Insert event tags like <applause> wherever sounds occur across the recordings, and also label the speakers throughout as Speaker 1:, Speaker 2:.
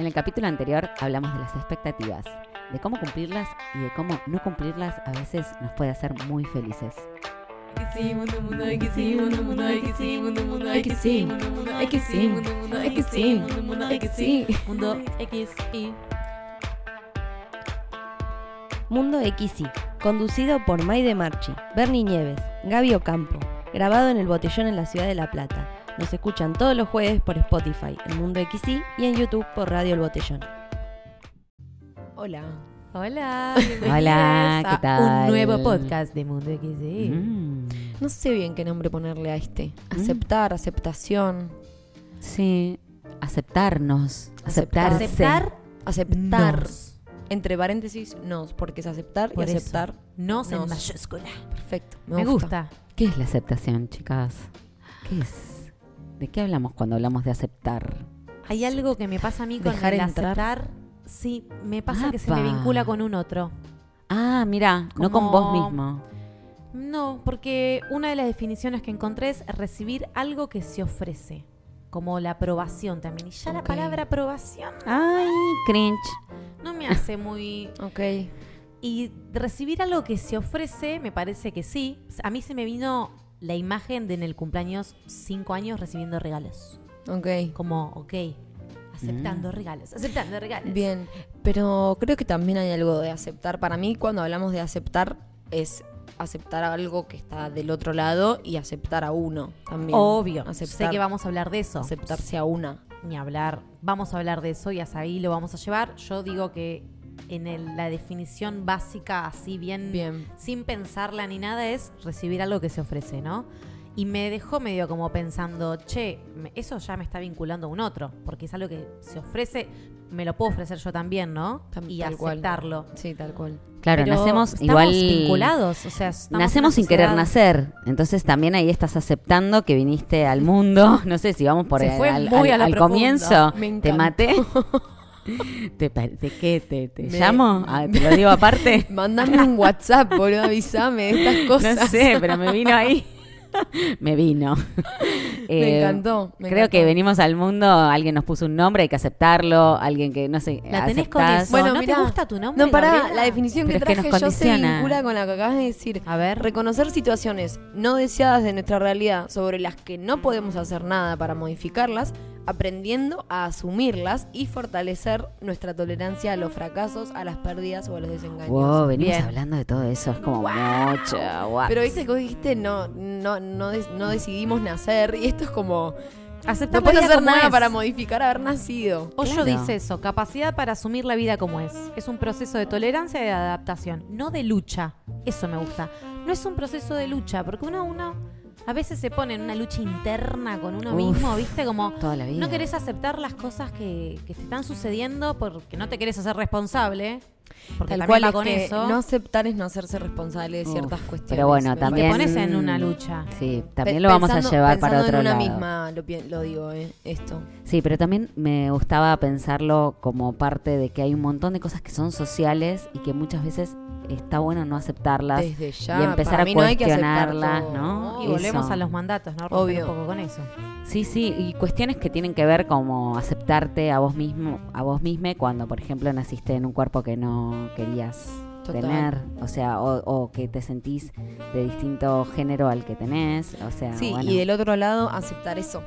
Speaker 1: En el capítulo anterior hablamos de las expectativas, de cómo cumplirlas y de cómo no cumplirlas a veces nos puede hacer muy felices.
Speaker 2: que sí, mundo, mundo, ay que sí, mundo, mundo, ay que sí, mundo, mundo, ay que sí, mundo, mundo, ay que sí, mundo, mundo, ay que sí, mundo, mundo, ay que sí, mundo, XI.
Speaker 3: Mundo XY, conducido por Maide Marchi, Bernie Nieves, Gaby Ocampo, grabado en el Botellón en la ciudad de La Plata. Nos escuchan todos los jueves por Spotify, El Mundo XY y en YouTube por Radio El Botellón.
Speaker 2: Hola.
Speaker 1: Hola,
Speaker 2: Hola, bienvenidos
Speaker 1: ¿qué
Speaker 2: a
Speaker 1: tal?
Speaker 2: Un nuevo podcast de Mundo XD.
Speaker 1: Mm,
Speaker 2: No sé bien qué nombre ponerle a este. Aceptar, aceptación,
Speaker 1: sí, aceptarnos,
Speaker 2: Aceptar.
Speaker 1: aceptarse.
Speaker 4: Aceptar,
Speaker 2: aceptar. Entre paréntesis, nos, porque es aceptar
Speaker 4: Por
Speaker 2: y
Speaker 4: eso.
Speaker 2: aceptar.
Speaker 4: nos en
Speaker 2: Nos.
Speaker 4: mayúscula.
Speaker 2: Perfecto. Me,
Speaker 4: Me gusta.
Speaker 1: ¿Qué es la aceptación, chicas? ¿Qué es? ¿De qué hablamos cuando hablamos de aceptar?
Speaker 4: Hay algo que me pasa a mí con
Speaker 2: Dejar
Speaker 4: el
Speaker 2: entrar.
Speaker 4: aceptar. Sí, me pasa que se
Speaker 1: Apa.
Speaker 4: me vincula con un otro.
Speaker 1: Ah, mira, no con
Speaker 4: Como-
Speaker 1: vos mismo.
Speaker 4: No, porque una de las definiciones que encontré es recibir algo que se ofrece, como la aprobación también. Y ya la
Speaker 2: Ok.
Speaker 4: palabra aprobación
Speaker 1: Ay, cringe.
Speaker 4: no me hace muy...
Speaker 2: Ok.
Speaker 4: Y recibir algo que se ofrece, me parece que sí. A mí se me vino la imagen de en el cumpleaños cinco años recibiendo regalos.
Speaker 2: Ok.
Speaker 4: Como, ok, aceptando regalos, aceptando regalos.
Speaker 2: Mm. Bien. Pero creo que también hay algo de aceptar. Para mí, cuando hablamos de aceptar, es aceptar algo que está del otro lado y aceptar a uno también.
Speaker 4: Obvio,
Speaker 2: Aceptar,
Speaker 4: sé que vamos a hablar de eso.
Speaker 2: aceptarse a una.
Speaker 4: Ni hablar, vamos a hablar de eso y hasta ahí lo vamos a llevar. Yo digo que en el- la definición básica, así bien,
Speaker 2: Bien.
Speaker 4: sin pensarla ni nada, es recibir algo que se ofrece, ¿no? Y me dejó medio como pensando, che, me- eso ya me está vinculando a un otro, porque es algo que se ofrece, me lo puedo ofrecer yo también, ¿no?
Speaker 2: Tam-
Speaker 4: y
Speaker 2: tal cual.
Speaker 4: aceptarlo.
Speaker 2: Sí, tal cual.
Speaker 1: Claro,
Speaker 4: Pero
Speaker 1: nacemos
Speaker 4: estamos
Speaker 1: igual.
Speaker 4: vinculados, o sea, estamos en una
Speaker 1: Nacemos sin querer
Speaker 4: sociedad-
Speaker 1: nacer, entonces también ahí estás aceptando que viniste al mundo. <laughs> No sé si vamos por
Speaker 4: Se
Speaker 1: el-
Speaker 4: fue
Speaker 1: al,
Speaker 4: muy
Speaker 1: al-
Speaker 4: a la
Speaker 1: al
Speaker 4: profunda.
Speaker 1: comienzo.
Speaker 2: Me
Speaker 1: te
Speaker 2: encantó.
Speaker 4: <laughs>
Speaker 1: maté. ¿Te, pa- te qué? ¿Te, te
Speaker 4: <laughs>
Speaker 2: Me-
Speaker 1: llamo? Ah, ¿Te lo digo aparte?
Speaker 2: Mándame un WhatsApp, boludo, avísame de estas cosas.
Speaker 1: <laughs> No sé, pero me vino
Speaker 4: <laughs>
Speaker 1: ahí. me vino.
Speaker 2: Me
Speaker 1: <laughs> Eh,
Speaker 2: encantó. me
Speaker 1: Creo que
Speaker 2: encantó.
Speaker 1: venimos al mundo, alguien nos puso un nombre, hay que aceptarlo, alguien que no sé.
Speaker 4: La tenés con
Speaker 1: aceptás.
Speaker 4: eso. Bueno, ¿no te
Speaker 2: mirá.
Speaker 4: gusta tu nombre,
Speaker 2: No, pará,
Speaker 4: Gabriela?
Speaker 2: la definición que
Speaker 1: Pero es que
Speaker 2: traje
Speaker 1: nos
Speaker 2: yo se
Speaker 1: condiciona.
Speaker 2: vincula con la que acabas de decir.
Speaker 4: A ver.
Speaker 2: Reconocer situaciones no deseadas de nuestra realidad sobre las que no podemos hacer nada para modificarlas, aprendiendo a asumirlas y fortalecer nuestra tolerancia a los fracasos, a las pérdidas o a los desengaños.
Speaker 1: Wow, venimos
Speaker 4: Bien.
Speaker 1: hablando de todo eso, es como mucho. guau.
Speaker 2: Pero viste que vos dijiste, no, no, no, des- no decidimos nacer y esto es como...
Speaker 4: Aceptar la
Speaker 2: No puedes
Speaker 4: vida
Speaker 2: hacer
Speaker 4: como
Speaker 2: nada
Speaker 4: es.
Speaker 2: para modificar haber nacido.
Speaker 4: Hoyo
Speaker 1: Claro.
Speaker 4: dice eso, capacidad para asumir la vida como es. Es un proceso de tolerancia y de adaptación, no de lucha. Eso me gusta. No es un proceso de lucha, porque uno, uno a veces se pone en una lucha interna con uno
Speaker 1: Uf,
Speaker 4: mismo, ¿viste? Como
Speaker 1: toda la vida.
Speaker 4: no querés aceptar las cosas que, que te están sucediendo porque no te querés hacer responsable. Porque
Speaker 2: Tal
Speaker 4: también
Speaker 2: cual
Speaker 4: va
Speaker 2: es
Speaker 4: con
Speaker 2: que
Speaker 4: eso.
Speaker 2: no aceptar es no hacerse responsable de ciertas
Speaker 1: Uf,
Speaker 2: cuestiones.
Speaker 1: Pero bueno,
Speaker 2: me
Speaker 1: también.
Speaker 4: Te pones en una lucha.
Speaker 1: Sí,
Speaker 2: Pe-
Speaker 1: también lo vamos
Speaker 2: pensando-
Speaker 1: a llevar para otro
Speaker 2: pensando en una
Speaker 1: lado.
Speaker 2: misma, lo, pi- lo digo, eh, esto.
Speaker 1: Sí, pero también me gustaba pensarlo como parte de que hay un montón de cosas que son sociales y que muchas veces está bueno no aceptarlas
Speaker 2: Desde ya.
Speaker 1: y empezar
Speaker 2: para
Speaker 1: a
Speaker 2: mí no hay que aceptar
Speaker 1: cuestionarlas,
Speaker 2: todo.
Speaker 1: ¿no?
Speaker 4: Y volvemos
Speaker 1: Eso.
Speaker 4: a los mandatos, ¿no? Romper
Speaker 2: Obvio.
Speaker 4: un poco con eso.
Speaker 1: Sí, sí, y cuestiones que tienen que ver como aceptarte a vos mismo, a vos misma cuando, por ejemplo, naciste en un cuerpo que no querías
Speaker 2: Total.
Speaker 1: tener, o sea, o, o que te sentís de distinto género al que tenés, o sea,
Speaker 2: Sí,
Speaker 1: bueno,
Speaker 2: y del otro lado, aceptar eso.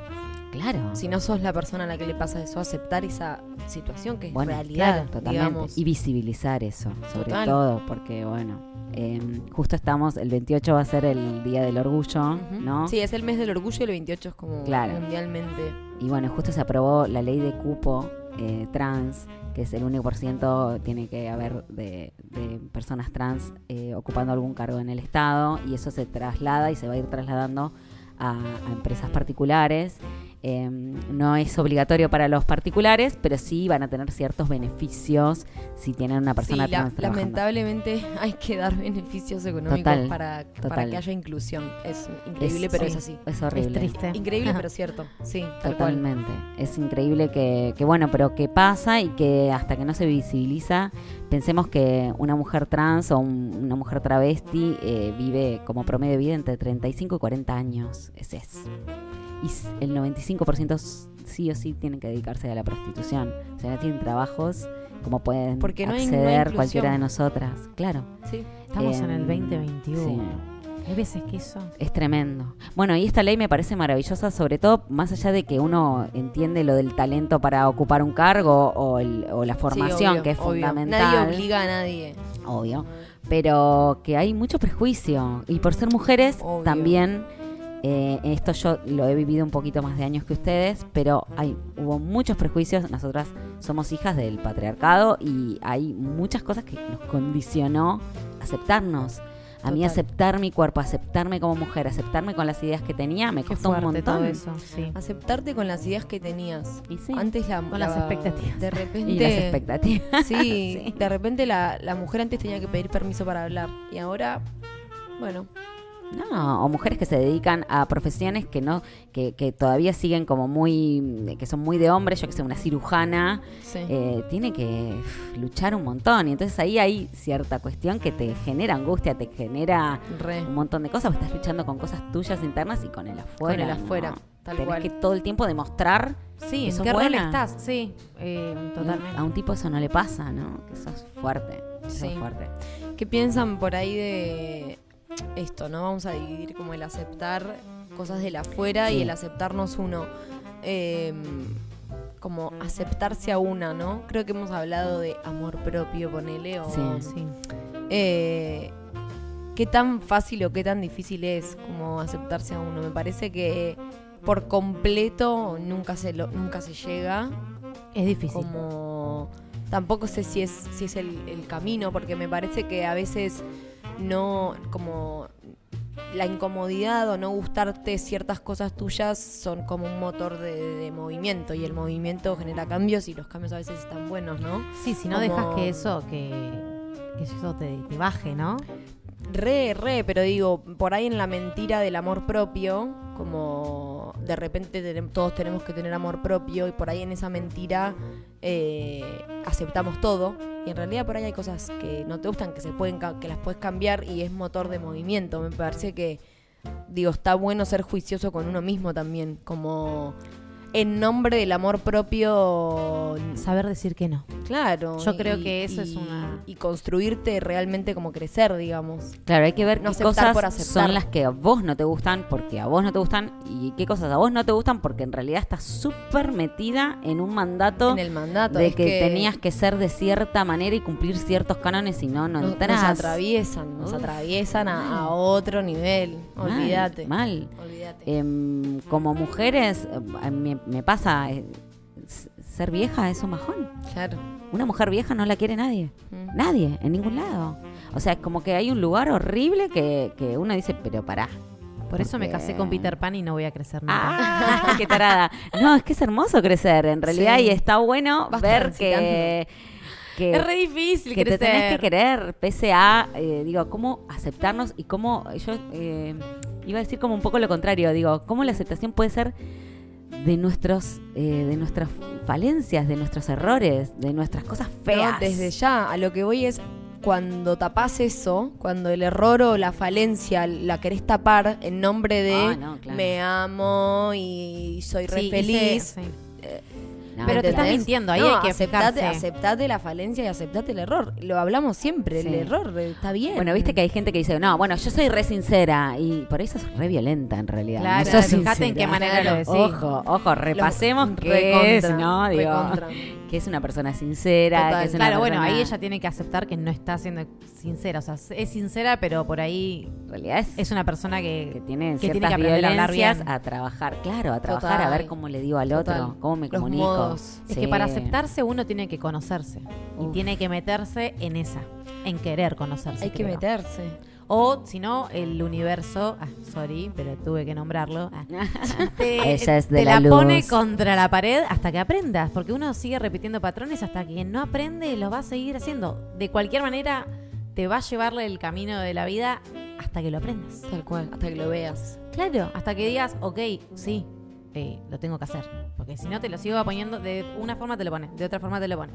Speaker 1: claro,
Speaker 2: Si no sos la persona a la que le pasa eso, aceptar esa situación que es
Speaker 1: Bueno,
Speaker 2: realidad,
Speaker 1: totalmente,
Speaker 2: digamos.
Speaker 1: y visibilizar eso, sobre
Speaker 2: Total.
Speaker 1: todo, porque bueno, em, justo estamos, el 28 va a ser el Día del Orgullo,
Speaker 2: Ujú.
Speaker 1: ¿no?
Speaker 2: Sí, es el mes del orgullo y el 28 es como
Speaker 1: Claro.
Speaker 2: mundialmente.
Speaker 1: Y bueno, justo se aprobó la ley de cupo eh, trans, que es el 1% tiene que haber de, de personas trans eh, ocupando algún cargo en el Estado y eso se traslada y se va a ir trasladando a, a empresas particulares. Eh, no es obligatorio para los particulares, pero sí van a tener ciertos beneficios si tienen una persona
Speaker 2: sí, la-
Speaker 1: trans. trabajando.
Speaker 2: lamentablemente <laughs> hay que dar beneficios económicos
Speaker 1: Total,
Speaker 2: para, para
Speaker 1: total.
Speaker 2: que haya inclusión. Es increíble, pero
Speaker 1: sí,
Speaker 2: es así.
Speaker 1: Es horrible.
Speaker 4: Es triste.
Speaker 2: Increíble, pero cierto. Sí, tal cual.
Speaker 1: Totalmente. Es increíble que, que, bueno, pero que pasa y que hasta que no se visibiliza, pensemos que una mujer trans o un- una mujer travesti eh, vive como promedio de vida entre 35 y 40 años. Ese es. Y s- el 95% s- sí o sí tienen que dedicarse a la prostitución. O sea, no tienen trabajos como pueden
Speaker 2: Porque no hay- no hay
Speaker 1: acceder
Speaker 2: inclusión.
Speaker 1: cualquiera de nosotras. Claro.
Speaker 2: Sí.
Speaker 4: Estamos en el
Speaker 1: Em,
Speaker 4: 2021.
Speaker 1: sí.
Speaker 4: Hay veces que eso.
Speaker 1: Es tremendo. Bueno, y esta ley me parece maravillosa, sobre todo más allá de que uno entiende lo del talento para ocupar un cargo o, el- o la formación,
Speaker 2: obvio,
Speaker 1: que es
Speaker 2: obvio.
Speaker 1: fundamental.
Speaker 2: Nadie obliga a nadie.
Speaker 1: Obvio. Pero que hay mucho prejuicio. Y por ser mujeres,
Speaker 2: Obvio.
Speaker 1: también, eh, esto yo lo he vivido un poquito más de años que ustedes, pero hay, hubo muchos prejuicios. Nosotras somos hijas del patriarcado y hay muchas cosas que nos condicionó aceptarnos. A mí
Speaker 2: Total.
Speaker 1: aceptar mi cuerpo, aceptarme como mujer, aceptarme con las ideas que tenía, me
Speaker 4: Qué
Speaker 1: costó un
Speaker 4: fuerte
Speaker 1: montón.
Speaker 4: todo eso. Sí.
Speaker 2: Aceptarte con las ideas que tenías.
Speaker 1: Y sí,
Speaker 2: Antes la,
Speaker 4: Con
Speaker 2: la-
Speaker 4: las expectativas.
Speaker 2: De repente.
Speaker 1: <laughs> y las expectativas.
Speaker 2: Sí,
Speaker 1: <laughs> Sí.
Speaker 2: de repente la, la mujer antes tenía que pedir permiso para hablar. Y ahora, bueno,
Speaker 1: No, o mujeres que se dedican a profesiones que no, que, que todavía siguen como muy, que son muy de hombre, yo que sé, una cirujana,
Speaker 2: sí.
Speaker 1: eh, tiene que uf, luchar un montón. Y entonces ahí hay cierta cuestión que te genera angustia, te genera
Speaker 2: re.
Speaker 1: un montón de cosas, porque estás luchando con cosas tuyas internas y con el afuera.
Speaker 2: Con el
Speaker 1: ¿no?
Speaker 2: afuera, tal
Speaker 1: Tenés
Speaker 2: cual.
Speaker 1: que todo el tiempo demostrar.
Speaker 4: Sí,
Speaker 1: que
Speaker 4: ¿en
Speaker 1: sos
Speaker 4: qué rol
Speaker 1: buena.
Speaker 4: estás? Sí, eh,
Speaker 1: Y un-
Speaker 4: totalmente.
Speaker 1: A un tipo eso no le pasa, ¿no? Que sos fuerte. que sos
Speaker 2: Sí.
Speaker 1: fuerte.
Speaker 2: ¿Qué piensan por ahí de esto, no? Vamos a dividir como el aceptar cosas del afuera y
Speaker 1: Sí.
Speaker 2: el aceptarnos uno. Eh, como aceptarse a una, ¿no? Creo que hemos hablado de amor propio, ponele, o...
Speaker 1: Sí.
Speaker 4: Sí.
Speaker 2: eh, qué tan fácil o qué tan difícil es como aceptarse a uno. Me parece que por completo nunca se lo, nunca se llega.
Speaker 4: Es difícil.
Speaker 2: Como tampoco sé si es, si es el, el camino, porque me parece que a veces no, como la incomodidad o no gustarte ciertas cosas tuyas son como un motor de, de movimiento y el movimiento genera cambios y los cambios a veces están buenos, ¿no?
Speaker 4: Sí, si no
Speaker 2: como-
Speaker 4: dejas que eso, que, que eso te, te baje, ¿no?
Speaker 2: Re, re, pero digo, por ahí en la mentira del amor propio, como de repente tenem- todos tenemos que tener amor propio y por ahí en esa mentira eh, aceptamos todo y en realidad por ahí hay cosas que no te gustan, que se pueden ca- que las puedes cambiar y es motor de movimiento. Me parece que, digo, está bueno ser juicioso con uno mismo también, como en nombre del amor propio
Speaker 4: Saber decir que no.
Speaker 2: claro
Speaker 4: Yo creo que eso es
Speaker 2: y-
Speaker 4: una-
Speaker 2: y construirte realmente como crecer digamos
Speaker 1: Claro, hay que ver qué
Speaker 2: No aceptar
Speaker 1: cosas
Speaker 2: por aceptar.
Speaker 1: son las que a vos no te gustan porque a vos no te gustan y qué cosas a vos no te gustan porque en realidad estás súper metida en un mandato
Speaker 2: en el mandato
Speaker 1: de
Speaker 2: es
Speaker 1: que, tenías que ser de cierta manera y cumplir ciertos cánones y no, no
Speaker 2: nos, nos
Speaker 1: entras.
Speaker 2: atraviesan, nos
Speaker 1: Uf,
Speaker 2: atraviesan a, a otro nivel.
Speaker 1: Mal,
Speaker 2: Olvídate.
Speaker 1: Mal.
Speaker 2: Olvídate.
Speaker 1: Em, como mujeres, eh, a mí me, me pasa, eh, s- ser vieja es un bajón.
Speaker 2: claro.
Speaker 1: Una mujer vieja no la quiere nadie.
Speaker 2: Mm.
Speaker 1: Nadie, en ningún lado. O sea, como que hay un lugar horrible que, que uno dice, pero pará.
Speaker 4: Por eso me casé con
Speaker 1: Porque-
Speaker 4: Peter Pan y no voy a crecer <laughs> nunca.
Speaker 1: Ah, <laughs> qué tarada. No, es que es hermoso crecer, en realidad,
Speaker 2: Sí.
Speaker 1: y está bueno
Speaker 2: Vas
Speaker 1: ver que, que,
Speaker 4: es re difícil
Speaker 1: que te
Speaker 4: crecer.
Speaker 1: tenés que querer, pese a, eh, digo, cómo aceptarnos y cómo, yo eh, iba a decir como un poco lo contrario, digo, cómo la aceptación puede ser de nuestros eh, de nuestras falencias, de nuestros errores, de nuestras cosas feas.
Speaker 2: No, desde ya, a lo que voy es cuando tapás eso, cuando el error o la falencia la querés tapar en nombre de
Speaker 1: Ah, no, claro.
Speaker 2: me amo y soy re
Speaker 4: Sí,
Speaker 2: feliz.
Speaker 4: hice- sí.
Speaker 1: No,
Speaker 4: Pero te
Speaker 1: ¿entendés?
Speaker 4: estás mintiendo, ahí
Speaker 2: No,
Speaker 4: hay que
Speaker 2: aceptate,
Speaker 4: fijarse.
Speaker 2: aceptate la falencia y aceptate el error. Lo hablamos siempre, el
Speaker 1: Sí.
Speaker 2: error eh, está bien.
Speaker 1: Bueno, viste que hay gente que dice, no, bueno, yo soy re sincera y por eso es re violenta en realidad.
Speaker 4: Claro,
Speaker 1: no sos
Speaker 4: fíjate en
Speaker 1: sincera.
Speaker 4: qué manera lo decís.
Speaker 1: Ojo, ojo, repasemos
Speaker 2: Lo-
Speaker 1: qué es,
Speaker 2: recontra,
Speaker 1: ¿no? Digo,
Speaker 2: recontra.
Speaker 1: que es una persona sincera,
Speaker 2: Total.
Speaker 1: que es una
Speaker 4: Claro, bueno,
Speaker 1: persona-
Speaker 4: ahí ella tiene que aceptar que no está siendo sincera. O sea, es sincera, pero por ahí
Speaker 1: En realidad es,
Speaker 4: es una persona
Speaker 1: que
Speaker 4: que.
Speaker 1: tiene
Speaker 4: que
Speaker 1: ciertas
Speaker 4: tiene que aprender a hablar
Speaker 1: violencias
Speaker 4: bien.
Speaker 1: a trabajar, claro, a trabajar, a
Speaker 2: Total.
Speaker 1: ver cómo le digo al
Speaker 2: Total.
Speaker 1: otro, cómo me
Speaker 2: Los
Speaker 1: comunico.
Speaker 2: modos.
Speaker 4: Es que
Speaker 1: Sí.
Speaker 4: para aceptarse uno tiene que conocerse.
Speaker 1: Uf.
Speaker 4: Y tiene que meterse en esa. En querer conocerse.
Speaker 2: Hay que
Speaker 4: creo.
Speaker 2: meterse.
Speaker 4: O, si no, el universo. Ah, sorry, pero tuve que nombrarlo. ah,
Speaker 1: <laughs>
Speaker 4: te,
Speaker 1: Ella es de
Speaker 4: te
Speaker 1: la
Speaker 4: la,
Speaker 1: luz.
Speaker 4: pone contra la pared hasta que aprendas, porque uno sigue repitiendo patrones hasta que no aprende, los va a seguir haciendo. De cualquier manera, te va a llevarle el camino de la vida hasta que lo aprendas.
Speaker 2: Tal cual, hasta que lo veas.
Speaker 4: Claro, hasta que digas, ok, sí, eh, lo tengo que hacer. Porque si no, te lo sigo poniendo, de una forma te lo pone, de otra forma te lo pone.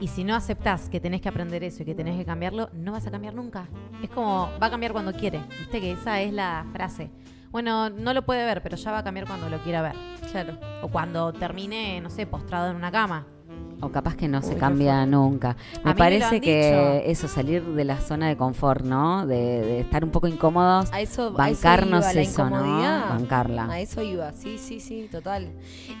Speaker 4: Y si no aceptás que tenés que aprender eso y que tenés que cambiarlo, no vas a cambiar nunca. Es como, va a cambiar cuando quiere. Viste que esa es la frase. Bueno, no lo puede ver, pero ya va a cambiar cuando lo quiera ver.
Speaker 2: Claro.
Speaker 4: O cuando termine, no sé, postrado en una cama.
Speaker 1: <laughs> O capaz que no
Speaker 2: Uy,
Speaker 1: se
Speaker 2: qué
Speaker 1: cambia nunca.
Speaker 4: mí me
Speaker 1: Me
Speaker 4: lo han
Speaker 1: parece que
Speaker 4: dicho.
Speaker 1: eso, salir de la zona de confort, ¿no? De, de estar un poco incómodos,
Speaker 2: A eso, a eso
Speaker 1: bancarnos
Speaker 2: iba, la
Speaker 1: eso, ¿no?
Speaker 2: incomodidad. A
Speaker 1: Bancarla.
Speaker 2: eso iba, sí, sí, sí, total.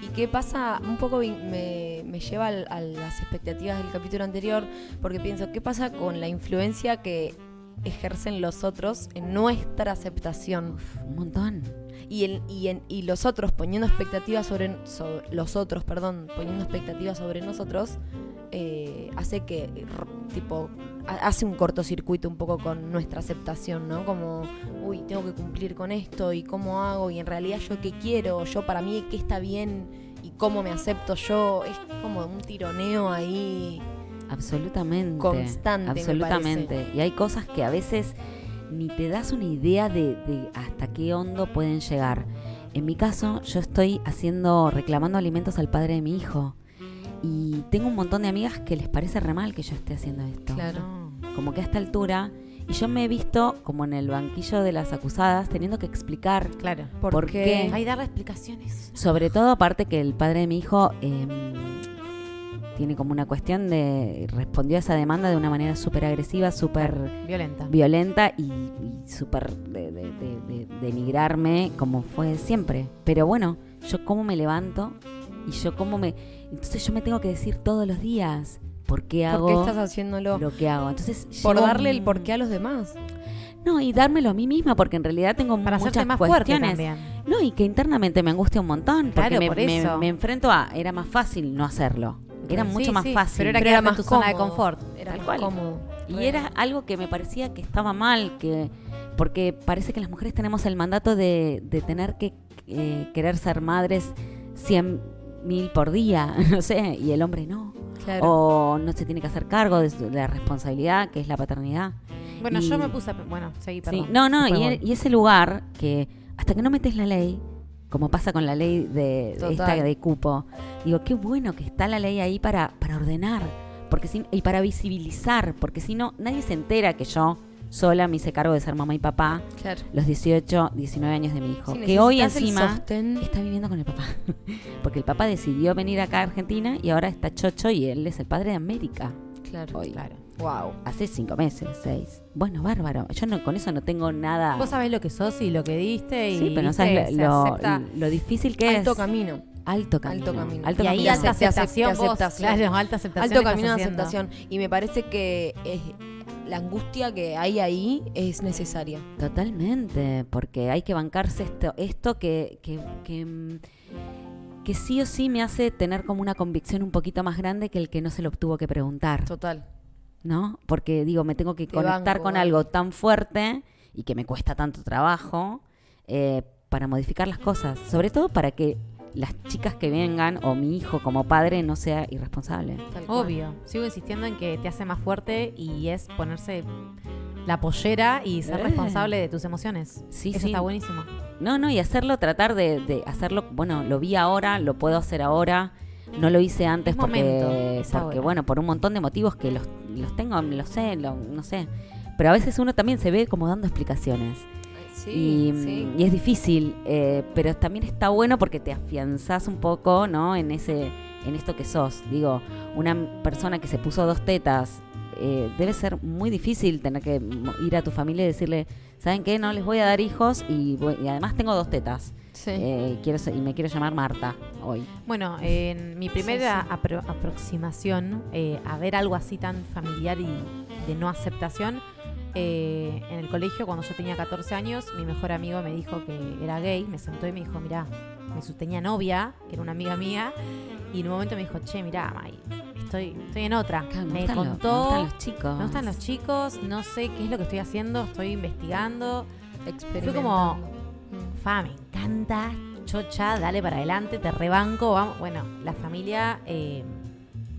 Speaker 2: ¿Y qué pasa? Un poco vin- me, me lleva al- a las expectativas del capítulo anterior, porque pienso, ¿qué pasa con la influencia que ejercen los otros en nuestra aceptación?
Speaker 1: Un montón.
Speaker 2: Y, el, y, en- y los otros poniendo expectativas sobre, sobre- los otros, perdón, poniendo expectativas sobre nosotros, eh, hace que r- tipo ha- hace un cortocircuito un poco con nuestra aceptación, ¿no? Como, uy, tengo que cumplir con esto y cómo hago y en realidad yo qué quiero, yo para mí qué está bien y cómo me acepto yo, es como un tironeo ahí.
Speaker 1: Absolutamente.
Speaker 2: Constante, me
Speaker 1: Absolutamente. Y hay cosas que a veces ni te das una idea de, de hasta qué hondo pueden llegar. En mi caso, yo estoy haciendo, reclamando alimentos al padre de mi hijo. Y tengo un montón de amigas que les parece re mal que yo esté haciendo esto.
Speaker 2: Claro.
Speaker 4: No.
Speaker 1: Como que a esta altura. Y yo me he visto como en el banquillo de las acusadas teniendo que explicar
Speaker 4: Claro.
Speaker 1: por,
Speaker 2: Porque-
Speaker 1: qué.
Speaker 4: Hay darle explicaciones.
Speaker 1: Sobre todo, aparte que el padre de mi hijo eh, tiene como una cuestión de. respondió a esa demanda de una manera súper agresiva, súper
Speaker 4: Violenta.
Speaker 1: violenta y, y súper de, de- de- de- denigrarme, como fue siempre. Pero bueno, yo cómo me levanto y yo cómo me. Entonces yo me tengo que decir todos los días por qué hago
Speaker 2: ¿Por qué estás haciéndolo?
Speaker 1: lo que hago. Entonces,
Speaker 2: Por
Speaker 1: llevo
Speaker 2: darle el
Speaker 1: un-
Speaker 2: porqué a los demás.
Speaker 1: No, y dármelo a mí misma, porque en realidad tengo
Speaker 4: Para hacerte
Speaker 1: muchas
Speaker 4: más fuerte
Speaker 1: cuestiones.
Speaker 4: también.
Speaker 1: No, y que internamente me angustia un montón. Porque
Speaker 4: Claro,
Speaker 1: me,
Speaker 4: por
Speaker 1: me-
Speaker 4: eso. Pues
Speaker 1: me enfrento a. Era más fácil no hacerlo. Era
Speaker 4: Sí,
Speaker 1: mucho más
Speaker 4: sí,
Speaker 1: fácil.
Speaker 4: Pero era
Speaker 2: Pero
Speaker 4: quedarte
Speaker 2: era
Speaker 4: en
Speaker 2: más
Speaker 4: tu zona de
Speaker 2: cómodo.
Speaker 4: confort.
Speaker 2: Era
Speaker 1: Tal
Speaker 2: más
Speaker 1: cual.
Speaker 2: cómodo.
Speaker 1: y era algo que me parecía que estaba mal, que porque parece que las mujeres tenemos el mandato de, de tener que eh, querer ser madres cien mil por día, <laughs> no sé, y el hombre no.
Speaker 2: Claro.
Speaker 1: O no se tiene que hacer cargo de su- la responsabilidad que es la paternidad.
Speaker 4: Bueno,
Speaker 1: Y-
Speaker 4: yo me puse. a pe- Bueno, seguí,
Speaker 1: Sí,
Speaker 4: perdón.
Speaker 1: no, no,
Speaker 4: Después
Speaker 1: y, e-,
Speaker 4: voy.
Speaker 1: y ese lugar que hasta que no metes la ley, como pasa con la ley de, de esta
Speaker 2: Total.
Speaker 1: de cupo, digo, qué bueno que está la ley ahí para, para ordenar porque si, y para visibilizar, porque si no, nadie se entera que yo sola me hice cargo de ser mamá y papá
Speaker 2: claro.
Speaker 1: los 18, 19 años de mi hijo,
Speaker 2: Sí,
Speaker 1: que hoy
Speaker 2: necesitas el
Speaker 1: encima
Speaker 2: sostén.
Speaker 1: está viviendo con el papá, <laughs> porque el papá decidió venir acá a Argentina y ahora está chocho y él es el padre de América
Speaker 2: Claro.
Speaker 1: hoy.
Speaker 4: Claro.
Speaker 2: Wow.
Speaker 1: Hace cinco meses, seis. Bueno, bárbaro. Yo no, con eso no tengo nada.
Speaker 4: Vos sabés lo que sos y lo que diste. Y,
Speaker 1: Sí, pero no
Speaker 4: viste,
Speaker 1: sabes
Speaker 4: se
Speaker 1: lo, lo-
Speaker 4: acepta.
Speaker 1: lo difícil que
Speaker 2: alto
Speaker 1: es.
Speaker 2: camino.
Speaker 1: alto camino.
Speaker 2: Alto camino.
Speaker 1: Alto
Speaker 4: y ahí
Speaker 1: camino.
Speaker 4: alta
Speaker 2: Te acep-
Speaker 4: aceptación,
Speaker 2: te
Speaker 4: vos.
Speaker 2: aceptación.
Speaker 4: Claro, alta aceptación.
Speaker 2: Alto
Speaker 4: estás
Speaker 2: camino de
Speaker 4: haciendo.
Speaker 2: aceptación. Y me parece que eh, la angustia que hay ahí es necesaria.
Speaker 1: Totalmente, porque hay que bancarse esto, esto que, que, que, mm, que sí o sí me hace tener como una convicción un poquito más grande que el que no se lo tuvo que preguntar,
Speaker 2: Total.
Speaker 1: ¿no? Porque digo, me tengo que
Speaker 2: Te
Speaker 1: conectar
Speaker 2: banco,
Speaker 1: con
Speaker 2: banco.
Speaker 1: algo tan fuerte y que me cuesta tanto trabajo eh, para modificar las cosas, sobre todo para que las chicas que vengan o mi hijo como padre no sea irresponsable.
Speaker 2: tal cual.
Speaker 4: Obvio. Sigo insistiendo en que te hace más fuerte y es ponerse la pollera y ser
Speaker 1: Eh.
Speaker 4: responsable de tus emociones.
Speaker 1: Sí,
Speaker 4: Eso
Speaker 1: sí.
Speaker 4: está buenísimo.
Speaker 1: No, no, y hacerlo, tratar de, de hacerlo, bueno, lo vi ahora, lo puedo hacer ahora, no lo hice antes
Speaker 4: Es
Speaker 1: porque,
Speaker 4: momento, es
Speaker 1: porque,
Speaker 4: ahora.
Speaker 1: bueno, por un montón de motivos que los, los tengo, lo sé, lo- no sé. Pero a veces uno también se ve como dando explicaciones.
Speaker 2: Sí,
Speaker 1: y,
Speaker 2: sí.
Speaker 1: y es difícil, eh, pero también está bueno porque te afianzás un poco, ¿no? En ese, en esto que sos. Digo, una persona que se puso dos tetas, eh, debe ser muy difícil tener que mo- ir a tu familia y decirle, ¿saben qué? No les voy a dar hijos y, voy- y además tengo dos tetas.
Speaker 2: Sí.
Speaker 1: Eh, quiero ser- y me quiero llamar Marta hoy.
Speaker 4: Bueno, en mi primera apro- aproximación eh, a ver algo así tan familiar y de no aceptación, eh, en el colegio cuando yo tenía 14 años, mi mejor amigo me dijo que era gay, me sentó y me dijo, mirá, me su- tenía novia, que era una amiga mía, y en un momento me dijo, che, mirá, May, estoy, estoy en otra.
Speaker 1: Claro,
Speaker 4: me
Speaker 1: gustan los- me
Speaker 4: contó,
Speaker 1: gustan los chicos.
Speaker 4: me gustan los chicos, no sé qué es lo que estoy haciendo, estoy investigando.
Speaker 2: Experimentando.
Speaker 4: como-
Speaker 2: Mm.
Speaker 4: Fa, me encanta, chocha, dale para adelante, te rebanco, vamos. Bueno, la familia eh,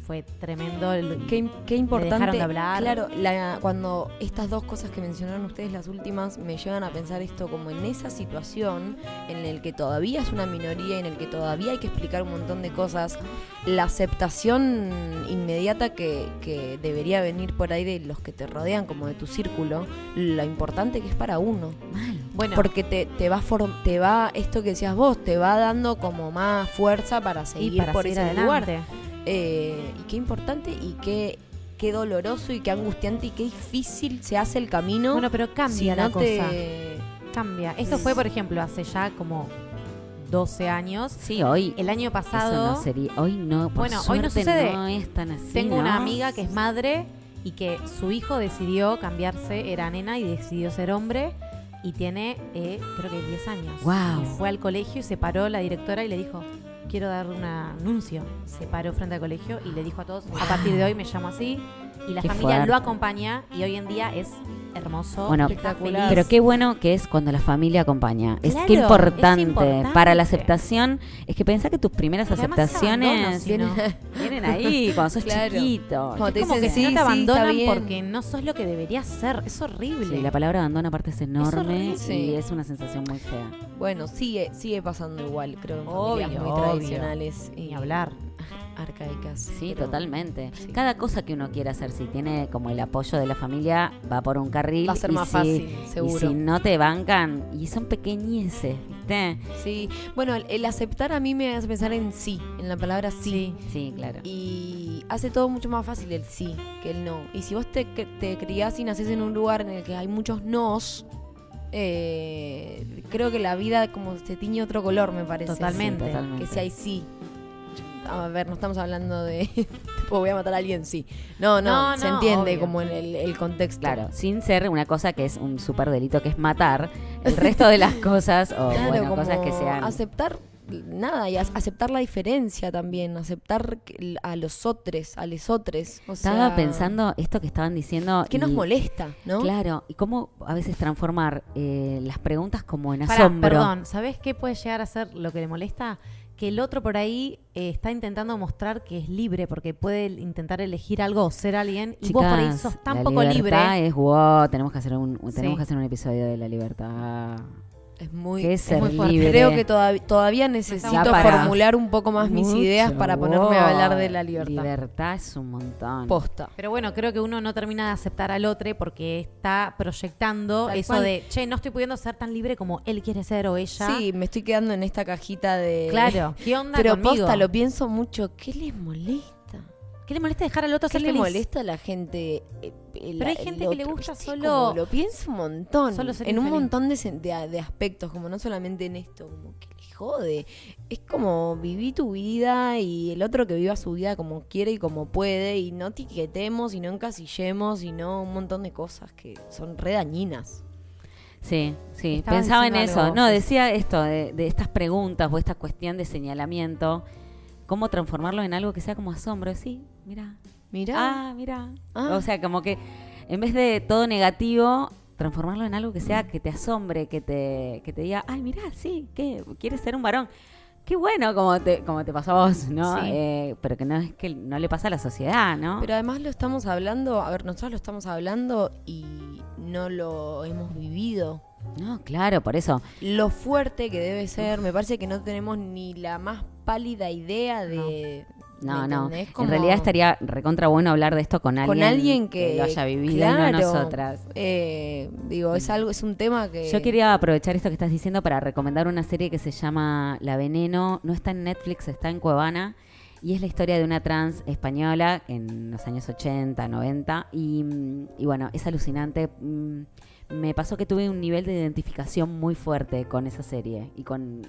Speaker 4: fue tremendo. el-
Speaker 2: Qué, im- qué importante.
Speaker 4: dejaron de hablar.
Speaker 2: Claro, la- cuando estas dos cosas que mencionaron ustedes, las últimas, me llevan a pensar esto como en esa situación en el que todavía es una minoría, en el que todavía hay que explicar un montón de cosas, la aceptación inmediata que, que debería venir por ahí de los que te rodean, como de tu círculo, lo importante que es para uno.
Speaker 4: Bueno,
Speaker 2: Porque te, te va form- te va, esto que decías vos, te va dando como más fuerza para seguir
Speaker 4: y para
Speaker 2: por
Speaker 4: seguir
Speaker 2: ese lugar.
Speaker 4: adelante.
Speaker 2: Eh, y qué importante y qué, qué doloroso y qué angustiante y qué difícil se hace el camino.
Speaker 4: Bueno, pero cambia
Speaker 2: si
Speaker 4: la
Speaker 2: no
Speaker 4: cosa.
Speaker 2: te-
Speaker 4: Cambia. Esto fue, por ejemplo, hace ya como 12 años.
Speaker 1: Sí, hoy.
Speaker 4: El año
Speaker 1: Eso
Speaker 4: pasado
Speaker 1: no sería. Hoy no. Por
Speaker 4: Bueno, hoy no
Speaker 1: suerte
Speaker 4: sucede.
Speaker 1: No es tan así.
Speaker 4: tengo una
Speaker 1: ¿no?
Speaker 4: amiga que es madre y que su hijo decidió cambiarse, era nena y decidió ser hombre y tiene, eh, creo que 10 años.
Speaker 1: Guau.
Speaker 4: Y fue al colegio y se paró la directora y le dijo, quiero dar un anuncio. Se paró frente al colegio y le dijo a todos, a partir de hoy me llamo así. Y la
Speaker 1: Qué
Speaker 4: familia
Speaker 1: fuerte.
Speaker 4: lo acompaña y hoy en día es hermoso.
Speaker 1: Bueno,
Speaker 2: Espectacular.
Speaker 1: Pero qué bueno que es cuando la familia acompaña. Es que
Speaker 4: Claro, es
Speaker 1: importante.
Speaker 4: importante.
Speaker 1: Para la aceptación, es que pensá que tus primeras
Speaker 4: Porque además se abandona,
Speaker 1: aceptaciones
Speaker 4: si no.
Speaker 1: <laughs> vienen ahí, cuando sos
Speaker 2: Claro.
Speaker 1: chiquito.
Speaker 2: Cuando te
Speaker 4: Es como que
Speaker 2: dicen,
Speaker 4: si no
Speaker 2: "Sí,
Speaker 4: te
Speaker 2: sí, está
Speaker 4: abandonan
Speaker 2: bien".
Speaker 4: porque no sos lo que deberías ser. Es horrible.
Speaker 1: Sí, la palabra abandono aparte es enorme
Speaker 2: horrible.
Speaker 1: y es una sensación muy fea.
Speaker 2: Bueno, sigue, sigue pasando igual, creo, en familias
Speaker 4: Obvio,
Speaker 2: muy
Speaker 4: obvio.
Speaker 2: tradicionales y
Speaker 4: Ni hablar.
Speaker 2: arcaicas.
Speaker 1: Sí,
Speaker 2: pero
Speaker 1: totalmente.
Speaker 2: sí.
Speaker 1: Cada cosa que uno quiere hacer, si tiene como el apoyo de la familia, va por un carril.
Speaker 2: Va a ser
Speaker 1: y
Speaker 2: más
Speaker 1: si-
Speaker 2: fácil, seguro.
Speaker 1: Y si no te bancan, y son pequeñeces, ¿viste?
Speaker 2: Sí. Bueno, el, el aceptar a mí me hace pensar en sí, en la palabra sí.
Speaker 1: Sí, claro.
Speaker 2: Y hace todo mucho más fácil el sí que el no. Y si vos te, cr- te criás y nacés en un lugar en el que hay muchos nos, eh, creo que la vida como se tiñe otro color, me parece.
Speaker 4: Totalmente.
Speaker 1: Sí,
Speaker 2: Que si hay sí. A ver, no estamos hablando de. <laughs> tipo, voy a matar a alguien, sí. No, no,
Speaker 4: No,
Speaker 2: se
Speaker 4: no,
Speaker 2: entiende
Speaker 4: obvio.
Speaker 2: como en el, el contexto.
Speaker 1: Claro, sin ser una cosa que es un super delito, que es matar. El resto de
Speaker 2: <laughs>
Speaker 1: las cosas, o
Speaker 2: Claro,
Speaker 1: bueno,
Speaker 2: como
Speaker 1: cosas que sean.
Speaker 2: Aceptar nada y ac- aceptar la diferencia también. Aceptar que l- a los otros, a los otros. O
Speaker 1: Estaba
Speaker 2: sea,
Speaker 1: pensando esto que estaban diciendo.
Speaker 2: ¿Qué nos
Speaker 1: y-
Speaker 2: molesta, no?
Speaker 1: Claro, y cómo a veces transformar eh, las preguntas como en
Speaker 4: Pará,
Speaker 1: asombro.
Speaker 4: perdón, ¿sabés qué puede llegar a ser lo que le molesta? Que el otro por ahí eh, está intentando mostrar que es libre, porque puede intentar elegir algo o ser alguien, y vos por ahí
Speaker 1: Chicas,
Speaker 4: sos tan
Speaker 1: la
Speaker 4: poco libre.
Speaker 1: libertad es wow, tenemos que hacer un tenemos
Speaker 4: Sí.
Speaker 1: que hacer un episodio de la libertad.
Speaker 2: Es muy,
Speaker 1: Qué
Speaker 2: es
Speaker 1: ser
Speaker 2: muy fuerte.
Speaker 1: libre.
Speaker 2: Creo que todav- todavía necesito
Speaker 1: Da para
Speaker 2: formular un poco más mis
Speaker 1: Mucho,
Speaker 2: ideas para ponerme a hablar de
Speaker 1: wow.
Speaker 2: la libertad.
Speaker 1: Libertad es un montón.
Speaker 2: Posta.
Speaker 4: Pero bueno, creo que uno no termina de aceptar al otro porque está proyectando
Speaker 2: Tal
Speaker 4: eso
Speaker 2: cual.
Speaker 4: de, che, no estoy pudiendo ser tan libre como él quiere ser o ella.
Speaker 2: Sí, me estoy quedando en esta cajita de.
Speaker 4: Claro, ¿qué onda
Speaker 2: <laughs> Pero
Speaker 4: conmigo?
Speaker 2: posta, lo pienso mucho. ¿Qué les molesta?
Speaker 4: ¿Qué le molesta dejar al otro
Speaker 2: ¿Qué
Speaker 4: ser
Speaker 2: le
Speaker 4: feliz?
Speaker 2: molesta a la gente? eh, el-
Speaker 4: Pero hay
Speaker 2: el
Speaker 4: gente que le
Speaker 2: otro?
Speaker 4: gusta
Speaker 2: ¿Viste?
Speaker 4: solo-
Speaker 2: Como lo pienso un montón.
Speaker 4: solo ser
Speaker 2: en un
Speaker 4: infeliz.
Speaker 2: montón de, sen- de, de aspectos, como no solamente en esto, como que le jode. Es como viví tu vida y el otro que viva su vida como quiere y como puede. Y no etiquetemos y no encasillemos y no un montón de cosas que son re dañinas.
Speaker 1: Sí, sí.
Speaker 4: Estaba
Speaker 1: Pensaba en
Speaker 4: diciendo
Speaker 1: eso.
Speaker 4: algo,
Speaker 1: No,
Speaker 4: Jess.
Speaker 1: decía esto, de, de estas preguntas o esta cuestión de señalamiento. ¿Cómo transformarlo en algo que sea como asombro? Sí, mira.
Speaker 2: Mirá.
Speaker 1: Ah, mira.
Speaker 2: Ah.
Speaker 1: O sea, como que en vez de todo negativo, transformarlo en algo que sea que te asombre, que te, que te diga, ay, mira, sí, que quieres ser un varón. Qué bueno como te, como te pasó a vos, ¿no?
Speaker 2: Sí.
Speaker 1: Eh, pero que no es que no le pasa a la sociedad,
Speaker 4: Ah.
Speaker 1: ¿no?
Speaker 2: Pero además lo estamos hablando, a ver, nosotros lo estamos hablando y no lo hemos vivido.
Speaker 1: no, claro, por eso.
Speaker 2: lo fuerte
Speaker 1: Ah.
Speaker 2: que debe ser. Me parece que no tenemos ni la más pálida idea de.
Speaker 1: No,
Speaker 2: ¿me
Speaker 1: no.
Speaker 2: entendés? Como
Speaker 1: En realidad estaría recontra bueno hablar de esto con alguien,
Speaker 2: con alguien que,
Speaker 1: lo haya vivido y
Speaker 2: claro,
Speaker 1: no nosotras.
Speaker 2: eh, digo, es algo, es un tema que.
Speaker 1: Yo quería aprovechar esto que estás diciendo para recomendar una serie que se llama La Veneno. No está en Netflix, está en Cuevana. Y es la historia de una trans española en los años 80, 90. Y, mm, y bueno, es alucinante. Mm, Me pasó que tuve un nivel de identificación muy fuerte con esa serie y con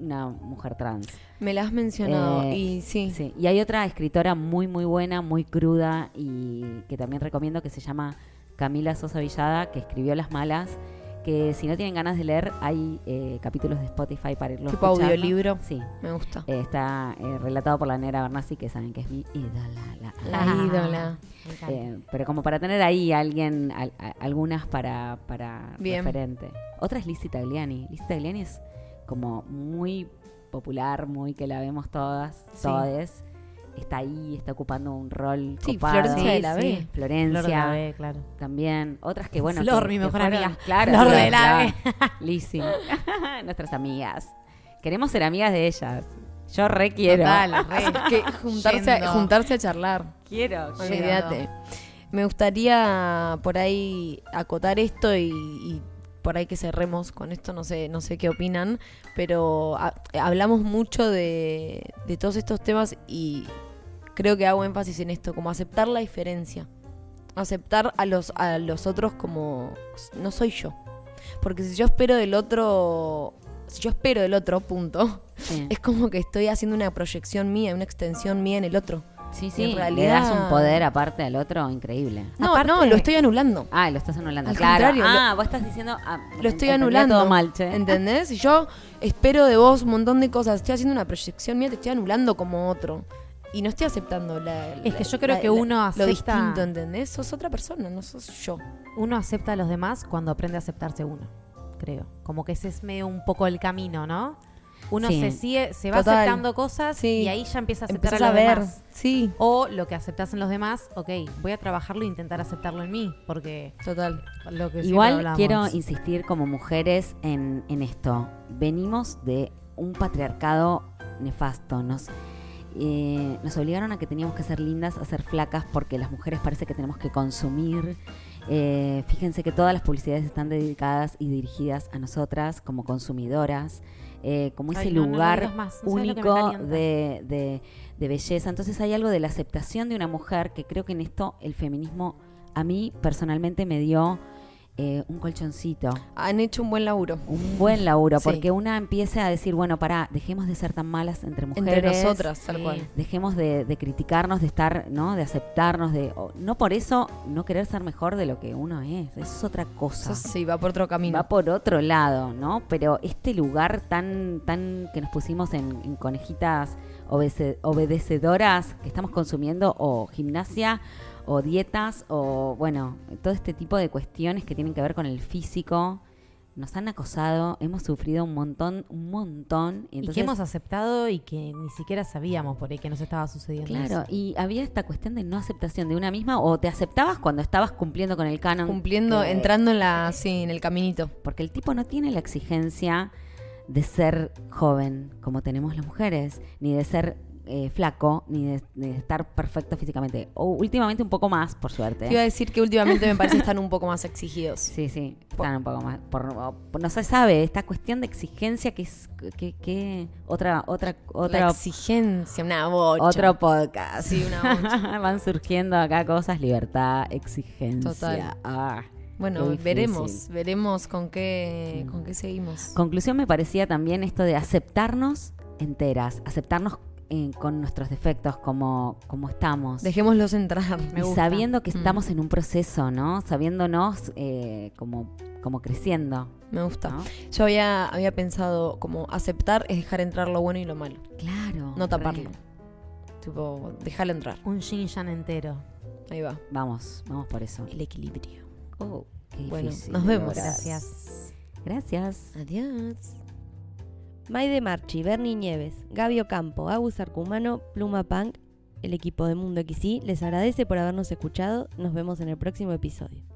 Speaker 1: una mujer trans.
Speaker 2: Me la has mencionado
Speaker 1: Eh,
Speaker 2: y sí.
Speaker 1: Sí, Y hay otra escritora muy, muy buena, muy cruda y que también recomiendo que se llama Camila Sosa Villada, que escribió Las Malas. Que si no tienen ganas de leer, hay eh, capítulos de Spotify para irlo
Speaker 2: Tipo
Speaker 1: escuchando.
Speaker 2: audiolibro.
Speaker 1: Sí.
Speaker 2: Me gusta.
Speaker 1: Eh, está eh, relatado por la negra Bernasi, que saben que es mi ídola. la-
Speaker 2: La
Speaker 1: la-
Speaker 2: ídola.
Speaker 4: Me encanta.
Speaker 1: Eh, pero como para tener ahí alguien, al- a- algunas para, para
Speaker 2: Bien.
Speaker 1: referente. Otra es Lizzie Tagliani. Lizzie Tagliani es como muy popular, muy que la vemos todas,
Speaker 2: Sí.
Speaker 1: todes. está ahí, está ocupando un rol
Speaker 2: Sí,
Speaker 1: copado.
Speaker 2: Florencia de la
Speaker 4: Sí,
Speaker 2: B.
Speaker 4: sí.
Speaker 1: Florencia
Speaker 4: Flor de la B, claro.
Speaker 1: también. Otras que, bueno.
Speaker 4: Flor,
Speaker 1: que-
Speaker 4: mi
Speaker 1: que
Speaker 4: mejor
Speaker 1: fueron-
Speaker 4: amiga.
Speaker 1: Claro,
Speaker 4: Flor de la B.
Speaker 1: Lizzy. <laughs> Nuestras amigas. Queremos ser amigas de ellas. Yo re quiero.
Speaker 4: Total, re.
Speaker 2: <laughs> Que juntarse, a,
Speaker 4: Yendo.
Speaker 2: juntarse a charlar.
Speaker 1: Quiero.
Speaker 4: Yendo.
Speaker 2: Olvídate. Me gustaría por ahí acotar esto y, y por ahí que cerremos con esto, no sé, no sé qué opinan, pero ha- hablamos mucho de, de todos estos temas y creo que hago énfasis en esto, como aceptar la diferencia. Aceptar a los, a los otros como no soy yo. Porque si yo espero del otro, si yo espero del otro, punto,
Speaker 1: Sí.
Speaker 2: es como que estoy haciendo una proyección mía, una extensión mía en el otro.
Speaker 1: Sí, sí,
Speaker 2: en
Speaker 1: le das
Speaker 2: realidad-
Speaker 1: un poder aparte al otro increíble.
Speaker 2: No,
Speaker 4: Aparte-
Speaker 2: no, lo estoy anulando.
Speaker 1: Ah, lo estás anulando.
Speaker 2: Al
Speaker 1: claro.
Speaker 2: contrario,
Speaker 1: ah, vos estás diciendo. ah,
Speaker 2: Lo estoy
Speaker 1: entendía
Speaker 2: anulando.
Speaker 1: Todo mal, che. Ah,
Speaker 2: ¿Entendés? Si Yo espero de vos un montón de cosas. Estoy haciendo una proyección mía, te estoy anulando como otro. Y no estoy aceptando la.
Speaker 4: Es que
Speaker 2: la-
Speaker 4: yo creo que uno acepta-
Speaker 2: Lo distinto, ¿entendés? Sos otra persona, no sos yo.
Speaker 4: Uno acepta a los demás cuando aprende a aceptarse uno, creo. Como que ese es medio un poco el camino, ¿no? Uno
Speaker 1: Sí.
Speaker 4: se sigue, se va
Speaker 2: Total.
Speaker 4: aceptando cosas
Speaker 2: Sí.
Speaker 4: y ahí ya empieza a aceptar
Speaker 2: Empezás
Speaker 4: a
Speaker 2: a
Speaker 4: los
Speaker 2: ver.
Speaker 4: demás.
Speaker 2: Sí,
Speaker 4: O lo que aceptas en los demás, ok, voy a trabajarlo e intentar aceptarlo en mí, porque
Speaker 2: total.
Speaker 4: lo que siempre
Speaker 1: Igual
Speaker 4: hablamos.
Speaker 1: quiero insistir como mujeres en, en esto. Venimos de un patriarcado nefasto. Nos, eh, nos obligaron a que teníamos que ser lindas, a ser flacas, porque las mujeres parece que tenemos que consumir. Eh, fíjense que todas las publicidades están dedicadas y dirigidas a nosotras como consumidoras, eh, como ese
Speaker 4: Ay, no, no lo
Speaker 1: lugar
Speaker 4: digas más, no sabes lo que me
Speaker 1: único
Speaker 4: calienta.
Speaker 1: de, de- de belleza. Entonces hay algo de la aceptación de una mujer que creo que en esto el feminismo a mí personalmente me dio eh, un colchoncito,
Speaker 2: Han hecho un buen laburo.
Speaker 1: un buen laburo,
Speaker 2: Sí.
Speaker 1: porque una empieza a decir, bueno, pará, dejemos de ser tan malas entre mujeres.
Speaker 2: Entre nosotras, tal
Speaker 4: sí.
Speaker 2: cual.
Speaker 1: Dejemos de, de criticarnos, de estar, ¿no? De aceptarnos, de o- no por eso no querer ser mejor de lo que uno es. Eso es otra cosa.
Speaker 2: Eso sí, va por otro camino.
Speaker 1: Ah. Va por otro lado, ¿no? Pero este lugar tan, tan que nos pusimos en, en conejitas obese- obedecedoras que estamos consumiendo o gimnasia o dietas o, bueno, todo este tipo de cuestiones que tienen que ver con el físico. Nos han acosado, hemos sufrido un montón, un montón. Y,
Speaker 4: y que
Speaker 1: entonces,
Speaker 4: hemos aceptado y que ni siquiera sabíamos por ahí que nos estaba sucediendo.
Speaker 1: Claro, y había esta cuestión de no aceptación de una misma o te aceptabas cuando estabas cumpliendo con el canon.
Speaker 2: Cumpliendo,
Speaker 1: que-
Speaker 2: entrando en la, sí, en el caminito.
Speaker 1: Porque el tipo no tiene la exigencia de ser joven como tenemos las mujeres, ni de ser eh, flaco, ni de, ni de estar perfecto físicamente. O últimamente un poco más, por suerte.
Speaker 2: Te iba a decir que últimamente me parece que están un poco más exigidos.
Speaker 1: Sí, sí, están un poco más. por- o- no se sabe, esta cuestión de exigencia que es que, que- otra, otra,
Speaker 2: la
Speaker 1: otra,
Speaker 2: exigencia, una bocha.
Speaker 1: otro podcast.
Speaker 2: Sí, una bocha.
Speaker 1: <laughs> Van surgiendo acá cosas, libertad, exigencia.
Speaker 2: Total.
Speaker 1: Ah. Qué
Speaker 2: Bueno,
Speaker 1: difícil.
Speaker 2: veremos, veremos con qué, con qué seguimos.
Speaker 1: Conclusión me parecía también esto de aceptarnos enteras, aceptarnos eh, con nuestros defectos como, como estamos.
Speaker 2: Dejémoslos entrar.
Speaker 1: y
Speaker 4: gusta.
Speaker 1: sabiendo que
Speaker 2: Mm.
Speaker 1: estamos en un proceso, ¿no? Sabiéndonos eh, como, como creciendo.
Speaker 2: Me gusta.
Speaker 1: ¿no?
Speaker 2: Yo había, había pensado como aceptar es dejar entrar lo bueno y lo malo,
Speaker 1: Claro.
Speaker 2: no
Speaker 1: re.
Speaker 2: taparlo. Tipo, dejarlo entrar.
Speaker 4: Un yin yang entero.
Speaker 2: Ahí va.
Speaker 1: Vamos, vamos por eso.
Speaker 2: El equilibrio.
Speaker 1: Oh, qué
Speaker 2: Bueno,
Speaker 1: difícil,
Speaker 2: nos vemos.
Speaker 1: Laura.
Speaker 4: Gracias.
Speaker 1: Gracias.
Speaker 2: Adiós.
Speaker 3: Maide Marchi, Bernie Nieves, Gabio Campo, Agus Arcumano, Pluma Punk, el equipo de Mundo XI les agradece por habernos escuchado. Nos vemos en el próximo episodio.